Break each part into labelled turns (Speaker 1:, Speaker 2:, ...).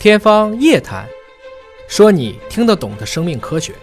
Speaker 1: 天方夜谭，说你听得懂的生命科学。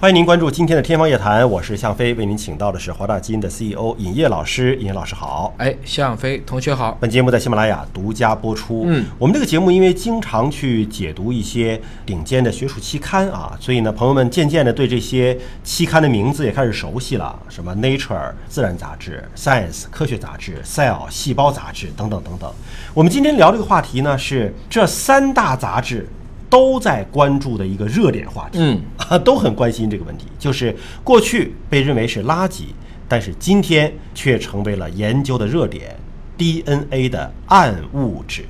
Speaker 2: 欢迎您关注今天的《天方夜谭》，我是向飞，为您请到的是华大基因的 CEO 尹烨老师。尹烨老师好。
Speaker 1: 哎，向飞同学好。
Speaker 2: 本节目在喜马拉雅独家播出。
Speaker 1: 嗯，
Speaker 2: 我们这个节目因为经常去解读一些顶尖的学术期刊啊，所以呢，朋友们渐渐的对这些期刊的名字也开始熟悉了，什么 Nature 自然杂志、Science 科学杂志、Cell 细胞杂志等等等等。我们今天聊这个话题呢，是这三大杂志都在关注的一个热点话题。
Speaker 1: 嗯，
Speaker 2: 啊，都很关心这个问题，就是过去被认为是垃圾，但是今天却成为了研究的热点，DNA 的暗物质。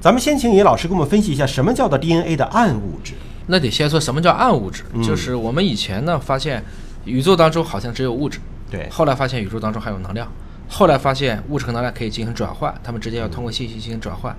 Speaker 2: 咱们先请尹老师给我们分析一下，什么叫做 DNA 的暗物质？
Speaker 1: 那得先说什么叫暗物质，就是我们以前呢发现宇宙当中好像只有物质，
Speaker 2: 对
Speaker 1: 后来发现宇宙当中还有能量，后来发现物质和能量可以进行转换，它们之间要通过信息进行转换。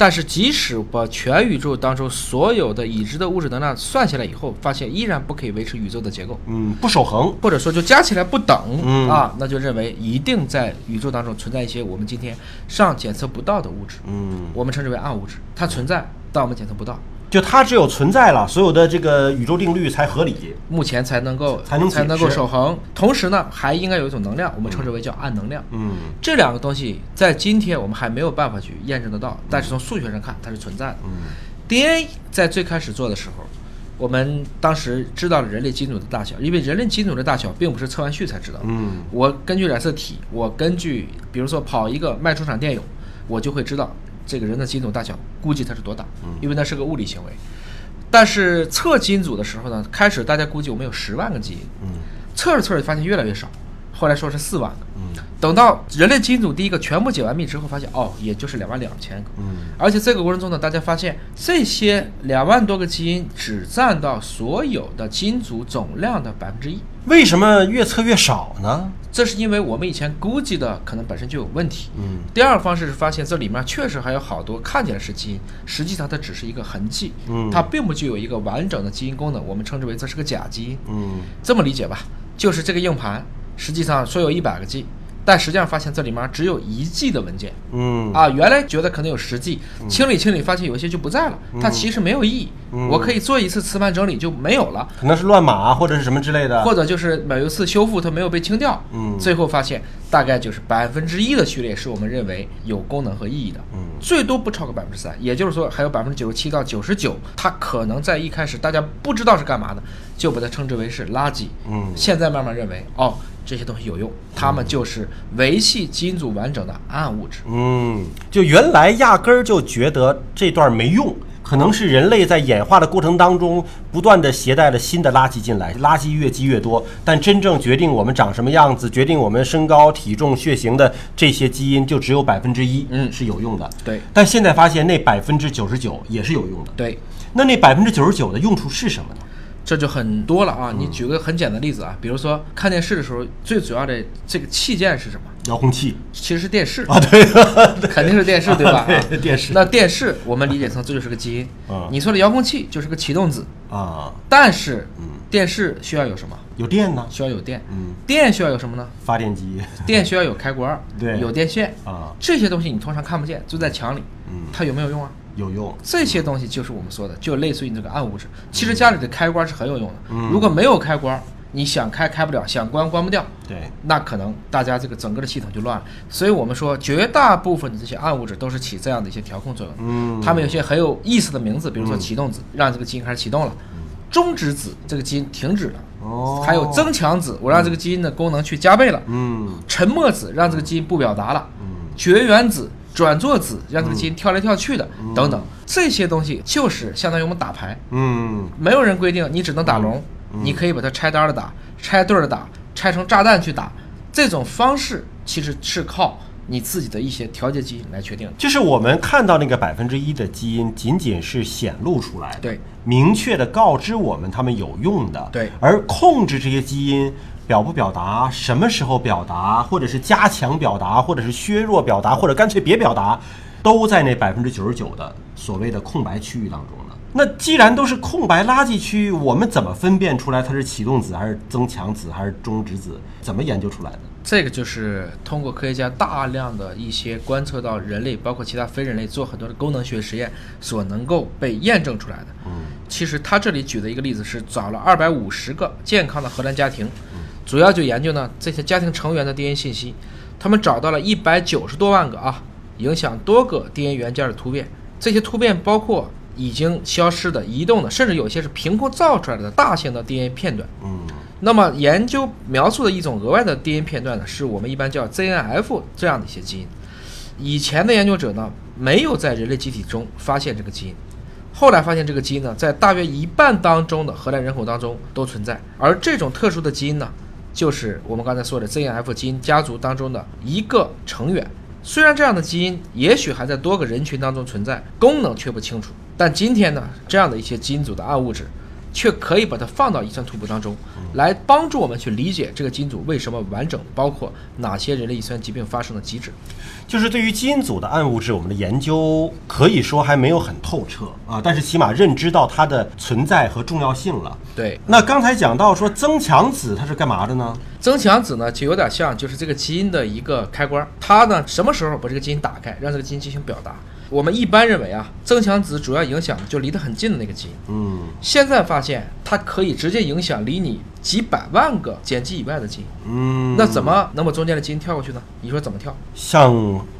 Speaker 1: 但是即使把全宇宙当中所有的已知的物质能量算下来以后，发现依然不可以维持宇宙的结构。
Speaker 2: 嗯，不守恒。
Speaker 1: 或者说就加起来不等、
Speaker 2: 嗯
Speaker 1: 啊，那就认为一定在宇宙当中存在一些我们今天上检测不到的物质，
Speaker 2: 嗯，
Speaker 1: 我们称之为暗物质，它存在，但我们检测不到，
Speaker 2: 就它只有存在了，所有的这个宇宙定律才合理。
Speaker 1: 目前才能够
Speaker 2: 才能解释
Speaker 1: 能够守恒。同时呢，还应该有一种能量，我们称之为叫暗能量。
Speaker 2: 嗯
Speaker 1: 这两个东西在今天我们还没有办法去验证得到，但是从数学上看它是存在的。
Speaker 2: 嗯
Speaker 1: DNA 在最开始做的时候，我们当时知道了人类基因组的大小，因为人类基因组的大小并不是测完序才知道的。
Speaker 2: 嗯
Speaker 1: 我根据染色体，我根据比如说跑一个脉冲场电泳，我就会知道这个人的基因组大小，估计它是多大，因为那是个物理行为。但是测基因组的时候呢，开始大家估计我们有十万个基因，
Speaker 2: 嗯
Speaker 1: 测着测着发现越来越少，后来说是四万个，
Speaker 2: 嗯
Speaker 1: 等到人类基因组第一个全部解完密之后，发现哦，也就是两万两千个。
Speaker 2: 嗯
Speaker 1: 而且这个过程中呢，大家发现这些两万多个基因只占到所有的基因组总量的百分之一。
Speaker 2: 为什么越测越少呢？
Speaker 1: 这是因为我们以前估计的可能本身就有问题。
Speaker 2: 嗯
Speaker 1: 第二方式是发现这里面确实还有好多看起来是基因，实际上它只是一个痕迹，
Speaker 2: 嗯
Speaker 1: 它并不具有一个完整的基因功能，我们称之为这是个假基因。
Speaker 2: 嗯
Speaker 1: 这么理解吧，就是这个硬盘实际上说有一百个 G，但实际上发现这里面只有一 G 的文件。
Speaker 2: 嗯
Speaker 1: 啊，原来觉得可能有十 G，清理清理发现有一些就不在了，它其实没有意义。
Speaker 2: 嗯
Speaker 1: 我可以做一次磁盘整理就没有了，
Speaker 2: 可能是乱码啊或者是什么之类的。
Speaker 1: 或者就是每一次修复它没有被清掉，
Speaker 2: 嗯
Speaker 1: 最后发现大概就是百分之一的序列是我们认为有功能和意义的，
Speaker 2: 嗯
Speaker 1: 最多不超过百分之三，也就是说还有百分之九十七到九十九，它可能在一开始大家不知道是干嘛的，就把它称之为是垃圾，
Speaker 2: 嗯
Speaker 1: 现在慢慢认为哦这些东西有用，它们就是维系基因组完整的暗物质。
Speaker 2: 嗯，就原来压根儿就觉得这段没用，可能是人类在演化的过程当中不断的携带了新的垃圾进来，垃圾越积越多。但真正决定我们长什么样子、决定我们身高、体重、血型的这些基因，就只有百分之一
Speaker 1: 嗯
Speaker 2: 是有用的。
Speaker 1: 对
Speaker 2: 但现在发现那百分之九十九也是有用的。
Speaker 1: 对，
Speaker 2: 那那百分之九十九的用处是什么呢？
Speaker 1: 这就很多了啊！你
Speaker 2: 嗯
Speaker 1: 举个很简单的例子啊，比如说看电视的时候，最主要的这个器件是什么？
Speaker 2: 遥控器
Speaker 1: 其实是电视
Speaker 2: 啊， 对的，
Speaker 1: 肯定是电视对吧？啊
Speaker 2: 对电视
Speaker 1: 那电视我们理解成这就是个基因
Speaker 2: 嗯，
Speaker 1: 你说的遥控器就是个启动子，
Speaker 2: 啊，
Speaker 1: 但是电视需要有什么？
Speaker 2: 有电呢，
Speaker 1: 需要有电
Speaker 2: 嗯，
Speaker 1: 电需要有什么呢？
Speaker 2: 发电机
Speaker 1: 电需要有开关，
Speaker 2: 对
Speaker 1: 有电线
Speaker 2: 啊，
Speaker 1: 这些东西你通常看不见，就在墙里
Speaker 2: 嗯，
Speaker 1: 它有没有用啊？
Speaker 2: 有用。
Speaker 1: 这些东西就是我们说的，就类似于你这个暗物质。其
Speaker 2: 嗯
Speaker 1: 实家里的开关是很有用的，如果没有开关，你想开开不了，想关关不掉，
Speaker 2: 对，
Speaker 1: 那可能大家这个整个的系统就乱了。所以我们说，绝大部分的这些暗物质都是起这样的一些调控作用。
Speaker 2: 嗯
Speaker 1: 它们有些很有意思的名字，比如说启动子，让这个基因开始启动了；终止子，这个基因停止了；
Speaker 2: 嗯哦
Speaker 1: 还有增强子，我让这个基因的功能去加倍了；
Speaker 2: 嗯。
Speaker 1: 沉默子让这个基因不表达了，绝缘子、转座子让
Speaker 2: 嗯
Speaker 1: 这个基因跳来跳去的，等等，这些东西就是相当于我们打牌，
Speaker 2: 嗯
Speaker 1: 没有人规定你只能打龙，你可以把它拆单的打、拆对儿的打、拆成炸弹去打，这种方式其实是靠你自己的一些调节基因来确定的，。
Speaker 2: 就是我们看到那个百分之一的基因，仅仅是显露出来的，
Speaker 1: 对，
Speaker 2: 明确的告知我们它们有用的，
Speaker 1: 对
Speaker 2: 而控制这些基因表不表达，什么时候表达，或者是加强表达，或者是削弱表达，或者干脆别表达，都在那百分之九十九的所谓的空白区域当中了。那既然都是空白垃圾区，我们怎么分辨出来它是启动子还是增强子还是中质子？怎么研究出来的？
Speaker 1: 这个就是通过科学家大量的一些观测到人类，包括其他非人类做很多的功能学实验所能够被验证出来的。
Speaker 2: 嗯，
Speaker 1: 其实他这里举的一个例子是找了二百五十个健康的荷兰家庭，主要就研究呢这些家庭成员的 DNA 信息，他们找到了一百九十多万个啊，影响多个 DNA 元件的突变，这些突变包括已经消失的、移动的，甚至有些是凭空造出来的大型的 DNA 片段。
Speaker 2: 嗯，
Speaker 1: 那么研究描述的一种额外的 DNA 片段呢，是我们一般叫 ZNF 这样的一些基因。以前的研究者呢，没有在人类机体中发现这个基因，后来发现这个基因呢，在大约一半当中的荷兰人口当中都存在。而这种特殊的基因呢，就是我们刚才说的 ZNF 基因家族当中的一个成员。虽然这样的基因也许还在多个人群当中存在，功能却不清楚。但今天呢，这样的一些基因组的暗物质却可以把它放到遗传图谱当中，来帮助我们去理解这个基因组为什么完整，包括哪些人类遗传疾病发生的机制。
Speaker 2: 就是对于基因组的暗物质，我们的研究可以说还没有很透彻啊，但是起码认知到它的存在和重要性了。
Speaker 1: 对，
Speaker 2: 那刚才讲到说增强子它是干嘛的呢？
Speaker 1: 增强子呢，就有点像就是这个基因的一个开关，它呢什么时候把这个基因打开，让这个基因进行表达。我们一般认为啊，增强子主要影响的就离得很近的那个基因，
Speaker 2: 嗯
Speaker 1: 现在发现它可以直接影响离你几百万个碱基以外的基因。
Speaker 2: 嗯，
Speaker 1: 那怎么能把中间的基因跳过去呢？你说怎么跳？
Speaker 2: 像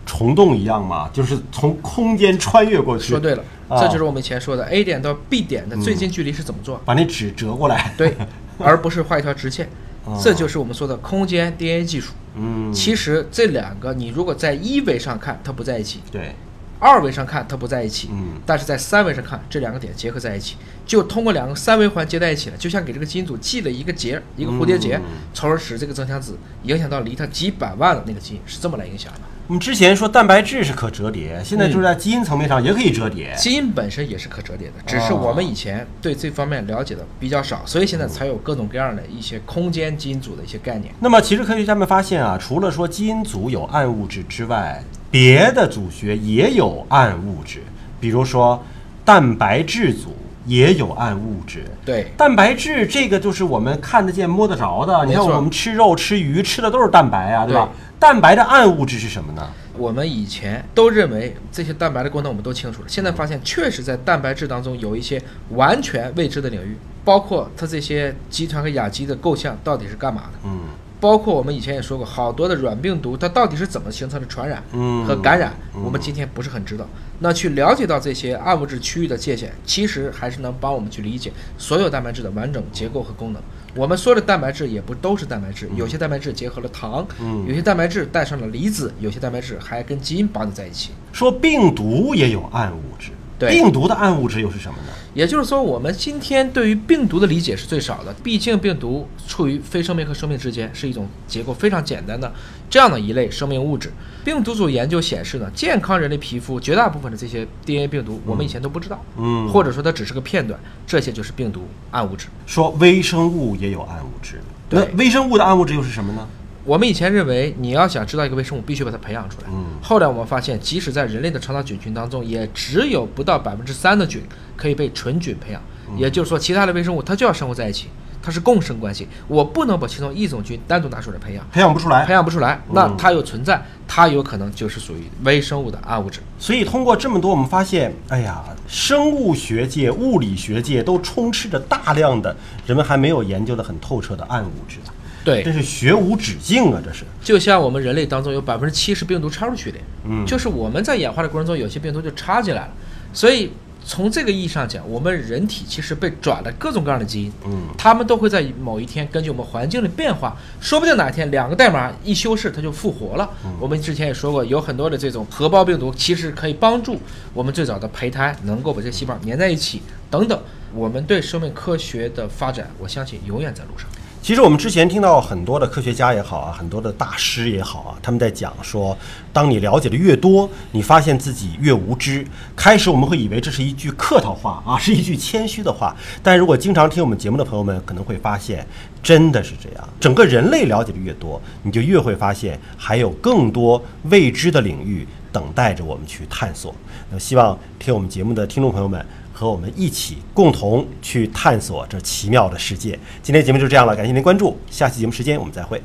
Speaker 2: 虫洞一样嘛，就是从空间穿越过去。
Speaker 1: 说对了，
Speaker 2: 啊嗯
Speaker 1: 这就是我们以前说的 A 点到 B 点的最近距离是怎么做？
Speaker 2: 把那纸折过 来。
Speaker 1: 对，而不是画一条直线
Speaker 2: 哦。
Speaker 1: 这就是我们说的空间 DNA 技术。
Speaker 2: 嗯，
Speaker 1: 其实这两个，你如果在一维上看，它不在一起；
Speaker 2: 对，
Speaker 1: 二维上看，它不在一起。
Speaker 2: 嗯
Speaker 1: 但是在三维上看，这两个点结合在一起，就通过两个三维环接在一起了，就像给这个基因组系了一个结，一个蝴蝶结
Speaker 2: 嗯，
Speaker 1: 从而使这个增强子影响到离它几百万的那个基因，是这么来影响的。
Speaker 2: 我们之前说蛋白质是可折叠，
Speaker 1: 嗯
Speaker 2: 现在就是在基因层面上也可以折叠。
Speaker 1: 基因本身也是可折叠的，只是我们以前对这方面了解的比较少，所以现在才有各种各样的一些空间基因组的一些概念。
Speaker 2: 那么，其实科学家们发现啊，除了说基因组有暗物质之外，别的组学也有暗物质，比如说蛋白质组也有暗物质。
Speaker 1: 对，
Speaker 2: 蛋白质这个就是我们看得见、摸得着的。你看，
Speaker 1: 没错
Speaker 2: 我们吃肉、吃鱼吃的都是蛋白啊，对吧
Speaker 1: 对？
Speaker 2: 蛋白的暗物质是什么呢？
Speaker 1: 我们以前都认为这些蛋白的功能我们都清楚了，现在发现确实在蛋白质当中有一些完全未知的领域，包括它这些集团和亚基的构象到底是干嘛的。
Speaker 2: 嗯
Speaker 1: 包括我们以前也说过，好多的软病毒它到底是怎么形成的传染
Speaker 2: 嗯
Speaker 1: 和感染，
Speaker 2: 嗯
Speaker 1: 我们今天不是很知道。那去了解到这些暗物质区域的界限，其实还是能帮我们去理解所有蛋白质的完整结构和功能。我们说的蛋白质也不都是蛋白质，有些蛋白质结合了糖，
Speaker 2: 嗯
Speaker 1: 有些蛋白质带上了离子，有些蛋白质还跟基因绑定在一起。
Speaker 2: 说病毒也有暗物质，
Speaker 1: 对
Speaker 2: 病毒的暗物质又是什么呢？
Speaker 1: 也就是说，我们今天对于病毒的理解是最少的，毕竟病毒处于非生命和生命之间，是一种结构非常简单的这样的一类生命物质。病毒组研究显示呢，健康人类皮肤绝大部分的这些 DNA 病毒，我们以前都不知道，
Speaker 2: 嗯
Speaker 1: 或者说它只是个片段，这些就是病毒暗物质。
Speaker 2: 说微生物也有暗物质，那
Speaker 1: 对
Speaker 2: 微生物的暗物质又是什么呢？
Speaker 1: 我们以前认为，你要想知道一个微生物，必须把它培养出来。
Speaker 2: 嗯
Speaker 1: 后来我们发现，即使在人类的肠道菌群当中，也只有不到百分之三的菌可以被纯菌培养。也就是说，其他的微生物它就要生活在一起，它是共生关系。我不能把其中一种菌单独拿出来培养，
Speaker 2: 培养不出来，
Speaker 1: 培养不出来，那它又存在，它有可能就是属于微生物的暗物质。
Speaker 2: 所以通过这么多，我们发现，哎呀，生物学界、物理学界都充斥着大量的人们还没有研究的很透彻的暗物质，
Speaker 1: 对
Speaker 2: 真，是学无止境啊！这是，
Speaker 1: 就像我们人类当中有百分之七十病毒插入序列，
Speaker 2: 嗯
Speaker 1: 就是我们在演化的过程中，有些病毒就插进来了，所以从这个意义上讲，我们人体其实被转了各种各样的基因，
Speaker 2: 嗯，
Speaker 1: 他们都会在某一天根据我们环境的变化，说不定哪天两个代码一修饰，它就复活了。
Speaker 2: 嗯
Speaker 1: 我们之前也说过，有很多的这种核包病毒，其实可以帮助我们最早的胚胎能够把这细胞粘在一起，等等。我们对生命科学的发展，我相信永远在路上。
Speaker 2: 其实我们之前听到很多的科学家也好啊，很多的大师也好啊，他们在讲说，当你了解的越多，你发现自己越无知。开始我们会以为这是一句客套话啊，是一句谦虚的话，但如果经常听我们节目的朋友们，可能会发现真的是这样。整个人类了解的越多，你就越会发现还有更多未知的领域等待着我们去探索。那么希望听我们节目的听众朋友们。和我们一起共同去探索这奇妙的世界。今天节目就这样了，感谢您关注，下期节目时间我们再会。